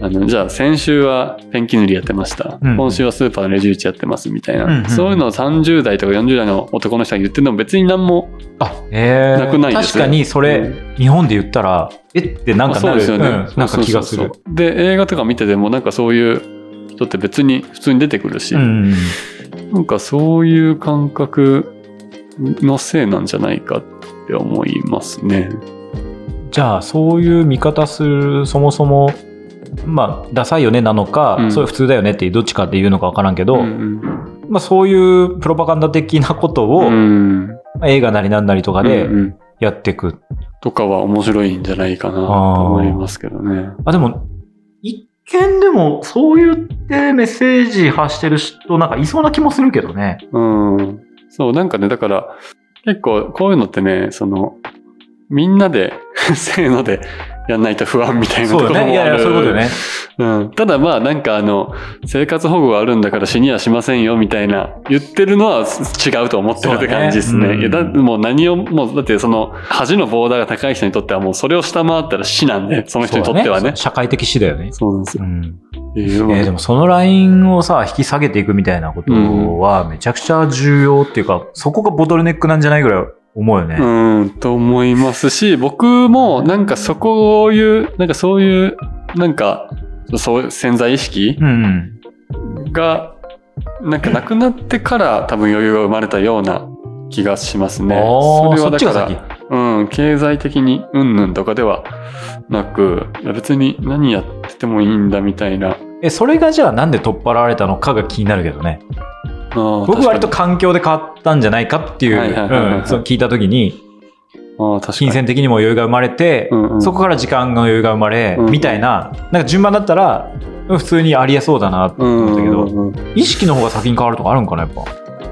Speaker 2: あの、じゃあ先週はペンキ塗りやってました。
Speaker 1: うん
Speaker 2: 今週はスーパーのレジ打ちやってますみたいな。
Speaker 1: うんうん
Speaker 2: そういうのを30代とか40代の男の人が言ってるのも別に何も、
Speaker 1: うん。あ、へえ。
Speaker 2: なくないです
Speaker 1: 確かにそれ、
Speaker 2: う
Speaker 1: 日本で言ったら、えってなんか
Speaker 2: そ
Speaker 1: な
Speaker 2: うで
Speaker 1: る、
Speaker 2: すよ
Speaker 1: う
Speaker 2: ね、
Speaker 1: んなんか気がす
Speaker 2: そう
Speaker 1: る
Speaker 2: そう。そうで、映画とか見ててもなんかそういう人って別に普通に出てくるし、
Speaker 1: うん。
Speaker 2: なんかそういう感覚のせいなんじゃないかって思いますね。
Speaker 1: じゃあ、そういう見方する、そもそも、まあ、ダサいよねなのか、
Speaker 2: うん
Speaker 1: そういう普通だよねっていう、どっちかっていうのかわからんけど、
Speaker 2: ん
Speaker 1: まあ、そういうプロパガンダ的なこと
Speaker 2: う
Speaker 1: を、
Speaker 2: ん
Speaker 1: まあ映画なりなんなりとかで
Speaker 2: うんうん
Speaker 1: やっていく。
Speaker 2: とかは面白いんじゃないかなと思いますけどね。
Speaker 1: あ、でも、一見でも、そう言ってメッセージ発してる人、なんかいそうな気もするけどね。
Speaker 2: うん。そう、なんかね、だから、結構こういうのってね、その、みんなで (laughs) せーのでやんないと不安みたいなと
Speaker 1: そう
Speaker 2: ころ
Speaker 1: よ
Speaker 2: もある
Speaker 1: ね。いやいや、そういうことよね。
Speaker 2: うん、ただまあなんかあの生活保護があるんだから死にはしませんよみたいな言ってるのは違うと思ってるって感じです
Speaker 1: そうだ
Speaker 2: ね。
Speaker 1: ね
Speaker 2: いやだ
Speaker 1: うん
Speaker 2: もう何をもうだってその恥のボーダーが高い人にとってはもうそれを下回ったら死なんでその人にとっては
Speaker 1: そう
Speaker 2: ね
Speaker 1: だ。社会的死だよね。
Speaker 2: そうなんですよ。
Speaker 1: うん。
Speaker 2: えー
Speaker 1: えーでもそのラインをさ、引き下げていくみたいなことは、めちゃくちゃ重要っていうか、そこがボトルネックなんじゃないぐらい思うよね。
Speaker 2: うん、と思いますし、僕もなんかそこをいう、なんかそういう、なんか、そう、潜在意識
Speaker 1: うんうん。
Speaker 2: が、なんかなくなってから多分余裕が生まれたような気がしますね。
Speaker 1: ああ、
Speaker 2: れ
Speaker 1: そ
Speaker 2: は
Speaker 1: っ
Speaker 2: だ
Speaker 1: ち
Speaker 2: か
Speaker 1: が
Speaker 2: ら
Speaker 1: 先。
Speaker 2: うん、経済的にうんぬんとかではなく、いや別に何やっててもいいんだみたいな。
Speaker 1: え、それがじゃあなんで取っ払われたのかが気になるけどね。僕
Speaker 2: 僕
Speaker 1: 割と環境で変わったんじゃないかっていう、
Speaker 2: はいはいはいはい
Speaker 1: うんそう聞いた時に、
Speaker 2: ああ、確か
Speaker 1: 金
Speaker 2: に。
Speaker 1: 銭的にも余裕が生まれて、
Speaker 2: うんうん
Speaker 1: そこから時間の余裕が生まれ、
Speaker 2: うん
Speaker 1: みたいな、なんか順番だったら、普通にありえそうだなって思ったけど、
Speaker 2: うんうんうん
Speaker 1: 意識の方が先に変わるとかあるんかな、やっぱ。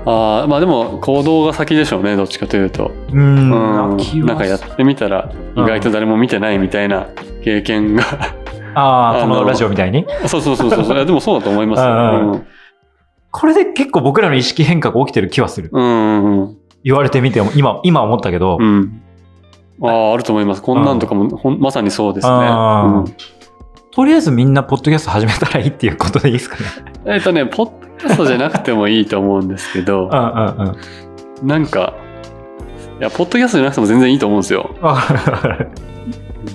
Speaker 2: ああまあでも行動が先でしょうねどっちかというと、
Speaker 1: うーん
Speaker 2: うん
Speaker 1: 気、は
Speaker 2: なんかやってみたら意外と誰も見てないみたいな経
Speaker 1: (laughs)
Speaker 2: 験が、
Speaker 1: ああ、
Speaker 2: あ
Speaker 1: こ
Speaker 2: の
Speaker 1: のラジオみたいに。
Speaker 2: そうそうそうそうそういやでもそうだと思います
Speaker 1: うん
Speaker 2: よ
Speaker 1: これで結構僕らの意識変革起きてる気はする。
Speaker 2: うんうんうん
Speaker 1: 言われてみても、今、今思ったけど、
Speaker 2: うん、うんあああると思いますこんなんとかも、ほんまさにそうですね、
Speaker 1: あー
Speaker 2: うん
Speaker 1: とりあえずみんなポッドキャスト始めたらいいっていうことでいいですかね。
Speaker 2: えっ、とね、ポッドキャストじゃなくてもいいと思うんですけど
Speaker 1: (laughs) う、んうんうん。
Speaker 2: なんか、いや、ポッドキャストじゃなくても全然いいと思うんですよ。
Speaker 1: わかるわかる。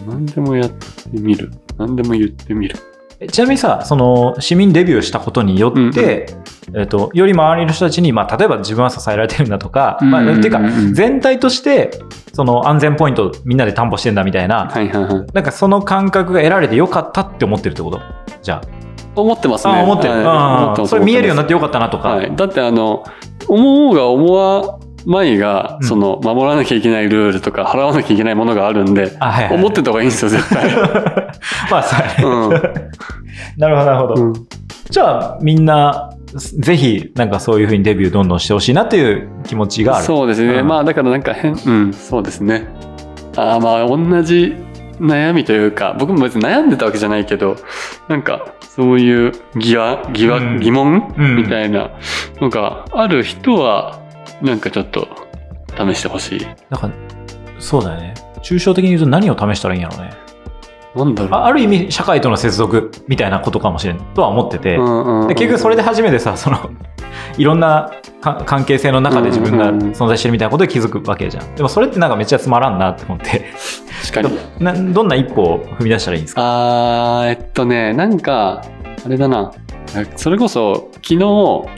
Speaker 2: 何でもやってみる。何でも言ってみる。
Speaker 1: えちなみにさその市民デビューしたことによって、えっとより周りの人たちに、まあ、例えば自分は支えられてるんだとか、まあ、
Speaker 2: んんんん
Speaker 1: っていうか
Speaker 2: は
Speaker 1: 全体としてその安全ポイントみんなで担保してんだみたいな、
Speaker 2: いはいはい。
Speaker 1: なんかその感覚が得られてよかったって思ってるってことじゃ
Speaker 2: 思ってます
Speaker 1: あ、
Speaker 2: ね。
Speaker 1: あ思ってる、
Speaker 2: はい思っ
Speaker 1: あ
Speaker 2: て
Speaker 1: あ
Speaker 2: ます
Speaker 1: それ見えるようにな
Speaker 2: っ
Speaker 1: ってよかったなと
Speaker 2: て
Speaker 1: か、
Speaker 2: はい。だって、あの、思おうが思わないが、
Speaker 1: うん
Speaker 2: その、守らなきゃいけないルールとか、払わなきゃいけないものがあるんで、
Speaker 1: あはいはい
Speaker 2: 思ってた方がいいんですよ、絶
Speaker 1: (laughs)
Speaker 2: 対。
Speaker 1: まあさ、
Speaker 2: うん
Speaker 1: なるほどなるほど、
Speaker 2: うん
Speaker 1: じゃあみんなぜひなんかそういうふうにデビューどんどんしてほしいなっていう気持ちがある
Speaker 2: そうですね、
Speaker 1: うん
Speaker 2: まあだからなんか変うんそうですねああまあ同じ悩みというか僕も別に悩んでたわけじゃないけどなんかそういう疑わ疑わ、
Speaker 1: うん
Speaker 2: 疑問、
Speaker 1: うん
Speaker 2: みたいなのがある人はなんかちょっと試してほしい
Speaker 1: なんかそうだよね抽象的に言うと何を試したらいいんやろうね
Speaker 2: なんだろう
Speaker 1: あある意味社会との接続みたいなことかもしれんとは思ってて、
Speaker 2: うんうんうん
Speaker 1: で結局それで初めてさその (laughs) いろんなか関係性の中で自分が
Speaker 2: うんうんうん
Speaker 1: 存在してるみたいなことで気づくわけじゃんでもそれってなんかめっちゃつまらんなって思って
Speaker 2: 確かに
Speaker 1: などんな一歩を踏み出したらいいんですか
Speaker 2: あーえっとねなんかあれだなそれこそ昨日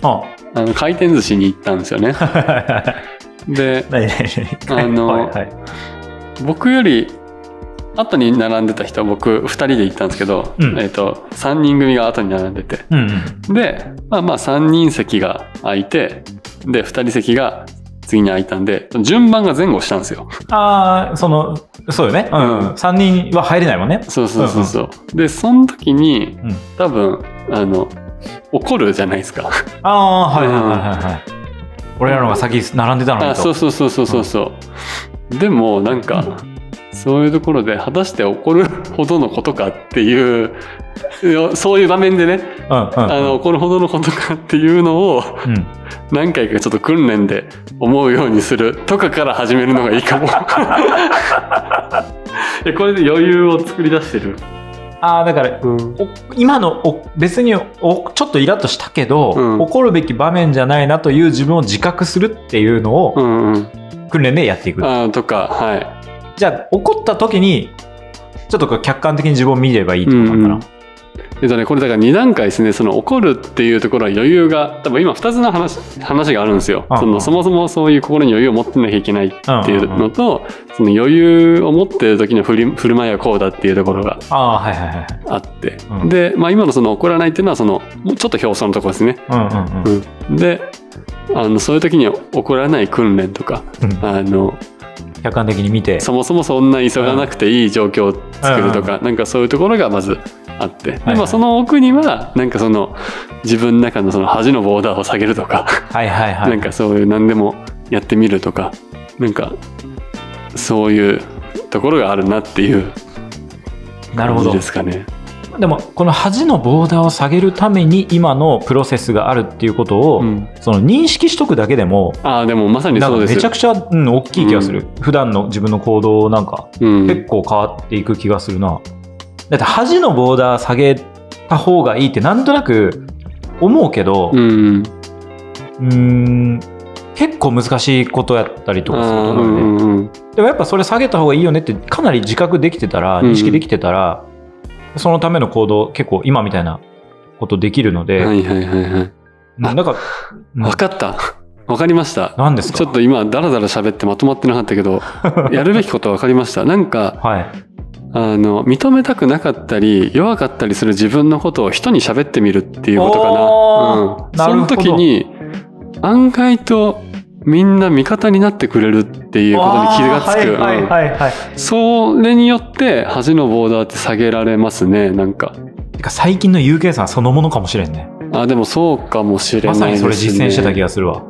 Speaker 1: あ
Speaker 2: あの回転寿司に行ったんです
Speaker 1: (laughs)
Speaker 2: よねで
Speaker 1: 何何何
Speaker 2: あの
Speaker 1: はいはい
Speaker 2: 僕より後に並んでた人は僕2人で行ったんですけど、
Speaker 1: うん
Speaker 2: えっと3人組が後に並んでて
Speaker 1: うんうん
Speaker 2: でまあまあ3人席が空いてで2人席が次に空いたんで順番が前後したんですよ
Speaker 1: ああそのそうよねうん、
Speaker 2: うん
Speaker 1: 3人は入れないもんね
Speaker 2: そうそうそうそう、でその時に
Speaker 1: うん
Speaker 2: 多分あの怒るじゃないですか
Speaker 1: ああはいはいはいはいはい、俺らのが先並んでたのにと
Speaker 2: あそうそうそうそうそうそうでもなんかそういうところで果たして怒るほどのことかっていういやそういう場面でね
Speaker 1: うんうんうん
Speaker 2: あの、これほどのことかっていうのを
Speaker 1: うん
Speaker 2: 何回かちょっと訓練で思うようにするとかから始めるのがいい
Speaker 1: (laughs)
Speaker 2: かも。いやこれで余裕を作り出してる。
Speaker 1: ああだから
Speaker 2: うん。
Speaker 1: お今のお別におちょっとイラッとしたけど、
Speaker 2: うん
Speaker 1: 怒るべき場面じゃないなという自分を自覚するっていうの
Speaker 2: う
Speaker 1: を
Speaker 2: んうん。
Speaker 1: 訓練でやっていく、
Speaker 2: あーとか、はい。
Speaker 1: じゃあ怒った時にちょっとこう客観的に自分を見ればいいってことか
Speaker 2: うんう
Speaker 1: なん
Speaker 2: えっとね、これだから2段階ですね、その怒るっていうところは余裕が、多分今2つの話話があるんですよ
Speaker 1: うん。うん
Speaker 2: そのそもそもそういう心に余裕を持ってなきゃいけないっていうのと、その余裕を持ってる時の振り振る舞いはこうだっていうところが
Speaker 1: ああはいはいはい
Speaker 2: あって、
Speaker 1: うん
Speaker 2: で、まあ、今のその怒らないっていうのはそのもうちょっと表層のところですね、
Speaker 1: うんうんうん
Speaker 2: うん、であのそういう時には怒らない訓練とか
Speaker 1: うん
Speaker 2: あの
Speaker 1: 客観的に見て
Speaker 2: そもそもそんな急がなくていい状況を作るとか、なんかそういうところがまずあって、で
Speaker 1: はい
Speaker 2: まあ、その奥にはなんかその自分の中のその恥のボーダーを下げるとか、
Speaker 1: はいはいはい
Speaker 2: なんかそういう何でもやってみるとかなんかそういうところがあるなっていう
Speaker 1: なる
Speaker 2: 感
Speaker 1: ほ
Speaker 2: じ
Speaker 1: ど
Speaker 2: ですかね。
Speaker 1: でもこの恥のボーダーを下げるために今のプロセスがあるっていうことを、
Speaker 2: うん、
Speaker 1: その認識しとくだけでも
Speaker 2: ああでもまさに
Speaker 1: なんか
Speaker 2: そうです
Speaker 1: めちゃくちゃ、うん、大きい気がする、普段の自分の行動なんか
Speaker 2: うん
Speaker 1: 結構変わっていく気がするな、だって恥のボーダー下げた方がいいってなんとなく思うけど
Speaker 2: う、
Speaker 1: う
Speaker 2: ん
Speaker 1: ーん結構難しいことやったりとかすると
Speaker 2: あー
Speaker 1: 思うよね、
Speaker 2: うんうんうん
Speaker 1: でもやっぱそれ下げた方がいいよねってかなり自覚できてたら
Speaker 2: うん
Speaker 1: 認識できてたら、そのための行動結構今みたいなことできるので、
Speaker 2: はいはいはいはい。
Speaker 1: うんなんか
Speaker 2: わかった。わかりました。
Speaker 1: 何ですか
Speaker 2: ちょっと今ダラダラ喋ってまとまってなかった
Speaker 1: (laughs)
Speaker 2: けど、やるべきことはわかりました。なんか、
Speaker 1: はい
Speaker 2: あの、認めたくなかったり、弱かったりする自分のことを人に喋ってみるっていうことか
Speaker 1: おー
Speaker 2: な。
Speaker 1: な
Speaker 2: うん、
Speaker 1: るほど
Speaker 2: その時に、案外とみんな味方になってくれるっていうことに気がつく。
Speaker 1: あーはい
Speaker 2: うん
Speaker 1: はいはいはい
Speaker 2: それによって恥のボーダーって下げられますね、なんか。
Speaker 1: てか最近の UK さんそのものかもしれんね
Speaker 2: あ、でもそうかもしれない
Speaker 1: ま
Speaker 2: ですね。
Speaker 1: さにそれ実践してた気がするわ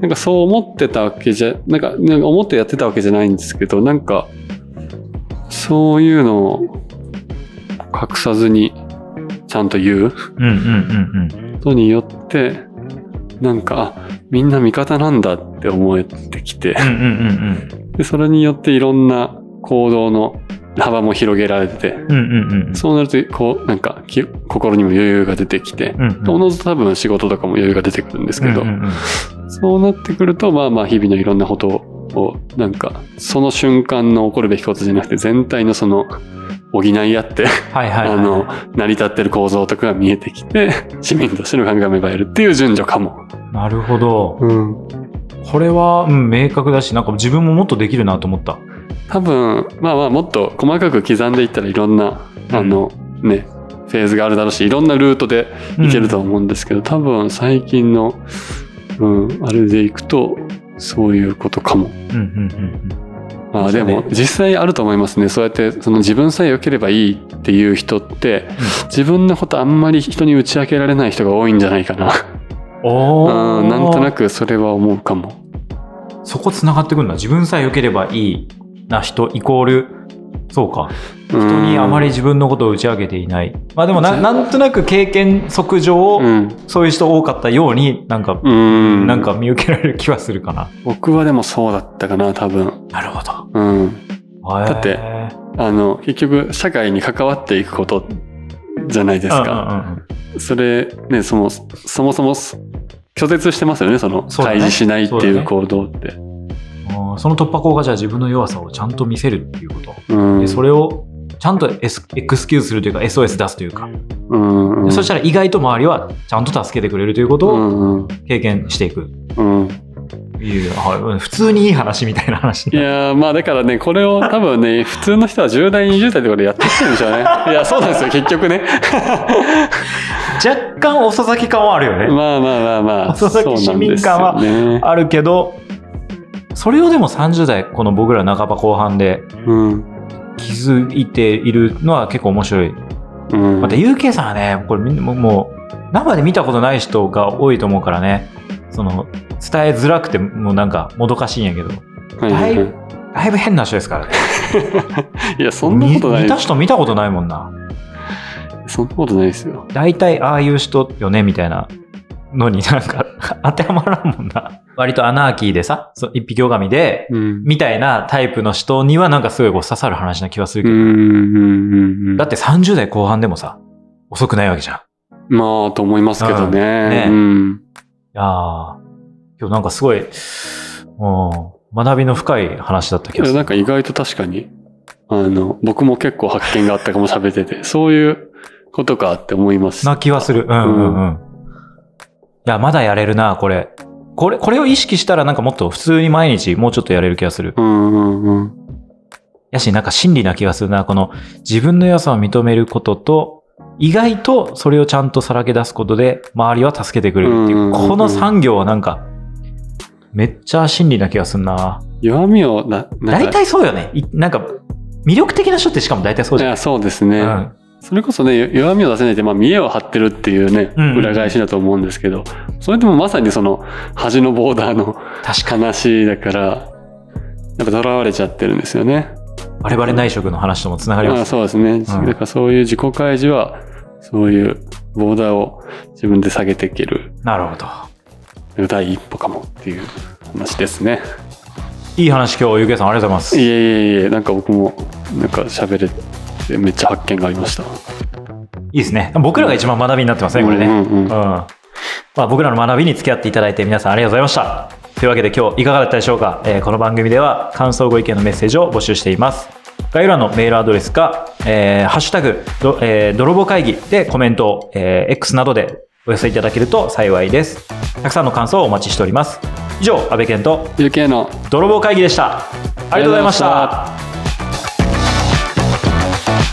Speaker 2: なんかそう思ってたわけじゃ、なんか、なんか思ってやってたわけじゃないんですけど、なんか、そういうのを隠さずにちゃんと
Speaker 1: うんう
Speaker 2: 言う
Speaker 1: んうんうん
Speaker 2: ことによって、なんか、あ、みんな味方なんだって思えてきて、
Speaker 1: うんうんうん
Speaker 2: でそれによっていろんな行動の幅も広げられて、
Speaker 1: うんうんうんうん
Speaker 2: そうなると、こう、なんか、き心にも余裕が出てきて、
Speaker 1: うんうん
Speaker 2: おのずと多分仕事とかも余裕が出てくるんですけど、
Speaker 1: うんうんうん
Speaker 2: そうなってくると、まあまあ日々のいろんなことを、なんか、その瞬間の起こるべきことじゃなくて、全体のその、補い合って、
Speaker 1: はいはいはい
Speaker 2: あの、成り立ってる構造とかが見えてきて、 (laughs) 市民としての考えが芽生えるっていう順序かも。
Speaker 1: なるほど
Speaker 2: うん。
Speaker 1: これは、うん、明確だしなんか自分ももっとできるなと思った
Speaker 2: 多分、まあまあもっと細かく刻んでいったらいろんな、あの、ね、フェーズがあるだろうし、いろんなルートでいけるとは思うんですけど、多分最近の、うん、あれでいくと、そういうことかも。
Speaker 1: うんうんうんうん
Speaker 2: まあ
Speaker 1: そ
Speaker 2: で
Speaker 1: うね
Speaker 2: も実際あると思いますね。そうやってその自分さえ良ければいいっていう人って、自分のことあんまり人に打ち明けられない人が多いんじゃないかな。
Speaker 1: お
Speaker 2: う
Speaker 1: ー
Speaker 2: ん、なんとなくそれは思うかも。
Speaker 1: そこつながってくるんだ自分さえ良ければいいな人イコールそうか
Speaker 2: 人
Speaker 1: 人にあまり、自分のことを打ち明けていないまあでもななんとなく経験則上、
Speaker 2: うん、
Speaker 1: そういう人多かったようになんか、
Speaker 2: うん、
Speaker 1: なんか見受けられる気はするかな
Speaker 2: 僕はでもそうだったかな、多分。
Speaker 1: なるほど
Speaker 2: うん。
Speaker 1: だ
Speaker 2: ってあの、結局社会に関わっていくことじゃないですか。それ、ね、そも、そもそも拒絶してますよね、その、
Speaker 1: そうだね
Speaker 2: 開示しないって
Speaker 1: そう
Speaker 2: い
Speaker 1: だ
Speaker 2: う
Speaker 1: ね
Speaker 2: 行動って。
Speaker 1: その突破口がじゃあ自分の弱さをちゃんと見せるっていうこと、
Speaker 2: うん。
Speaker 1: でそれをちゃんとエスエクスキューズするというか SOS 出すというか、
Speaker 2: うん、うん。
Speaker 1: そしたら意外と周りはちゃんと助けてくれるということ
Speaker 2: う
Speaker 1: を
Speaker 2: んうん
Speaker 1: 経験していく、
Speaker 2: うん、
Speaker 1: いやはい普通にいい話みたいな話
Speaker 2: いやーまあだからねこれを多分ね (laughs) 普通の人は10代20代とかでやってきてるん
Speaker 1: (laughs)
Speaker 2: でしょうねいやそうなんですよ結局ね
Speaker 1: 若干遅咲き感はあるよね、
Speaker 2: まあまあまあまあ
Speaker 1: 佐々木市民館は
Speaker 2: そうなんですよね
Speaker 1: あるけどそれをでも30代この僕ら半ば後半で
Speaker 2: うん
Speaker 1: 気づいているのは結構面白い
Speaker 2: うん
Speaker 1: また UK さんはねこれみんなもうもう生で見たことない人が多いと思うからねその伝えづらくてもうなんかもどかしいんやけど
Speaker 2: はいはいはい
Speaker 1: だいぶ変な人ですからね
Speaker 2: いやそんなことな
Speaker 1: 見
Speaker 2: い
Speaker 1: 見た人見たことないもんな
Speaker 2: そんなことないですよ
Speaker 1: 大体ああいう人よねみたいなのになん
Speaker 2: (laughs)
Speaker 1: か当てはまらんもんな割とアナーキーでさそう一匹狼で
Speaker 2: うん
Speaker 1: みたいなタイプの人にはなんかすごいこう刺さる話な気はする
Speaker 2: うんう
Speaker 1: けど、
Speaker 2: んうんうん
Speaker 1: だって30代後半でもさ遅くないわけじゃんい
Speaker 2: まあと思いますけどね,、
Speaker 1: う
Speaker 2: うん、
Speaker 1: やー今日なんかすごい、うん、学びの深い話だった気
Speaker 2: け
Speaker 1: が
Speaker 2: ど
Speaker 1: す
Speaker 2: な
Speaker 1: る
Speaker 2: んか意外と確かにあの僕も結構発見があったかも喋っ
Speaker 1: (laughs)
Speaker 2: ててそういうことかって思います
Speaker 1: な気はするうんうんうん、いやまだやれるなこれこれこれを意識したらなんかもっと普通に毎日もうちょっとやれる気がする
Speaker 2: うんうんうん
Speaker 1: やし、なんか真理な気がするな。この自分の良さを認めることと、意外とそれをちゃんとさらけ出すことで、周りは助けてくれるってい
Speaker 2: うんうんう
Speaker 1: う、
Speaker 2: ん
Speaker 1: この産業はなんか、めっちゃ真理な気がするな。
Speaker 2: 弱みをななん
Speaker 1: 大
Speaker 2: か
Speaker 1: 体そうよね。いなんか、魅力的な人ってしかも大体そう
Speaker 2: い
Speaker 1: じゃん。
Speaker 2: やそうですね、
Speaker 1: うん
Speaker 2: それこそねよ弱みを出せないって、まあ、見栄を張ってるっていうね、
Speaker 1: うん
Speaker 2: 裏返しだと思うんですけどそれでもまさにその端のボーダーの (laughs)
Speaker 1: 確かに。
Speaker 2: 話だからやっぱとらわれちゃってるんですよね。
Speaker 1: バレバレ内職の話ともつながり
Speaker 2: ま
Speaker 1: ま
Speaker 2: あ
Speaker 1: す。
Speaker 2: そうですね、だからそういう自己開示はそういうボーダーを自分で下げていける
Speaker 1: なるほど。
Speaker 2: 第一歩かもっていう話ですね
Speaker 1: いい話今日、ゆけいさんありがとうございま
Speaker 2: いえ
Speaker 1: す。
Speaker 2: いえいえなんか僕もなんか喋れてめっちゃ発見がありました
Speaker 1: いいですね。僕らが一番学びになってますね、これね。
Speaker 2: う
Speaker 1: うんん
Speaker 2: うんうん
Speaker 1: まあ、僕らの学びに付き合っていただいて皆さんありがとうございました。というわけで今日いかがだったでしょうか、えーこの番組では感想ご意見のメッセージを募集しています。概要欄のメールアドレスか、えーハッシュタグ、どえー泥棒会議でコメントを、えー X などでお寄せいただけると幸いです。たくさんの感想をお待ちしております。以上、安部健と
Speaker 2: UK の
Speaker 1: 泥棒会議でした。ありがとうございまし
Speaker 2: ありがとう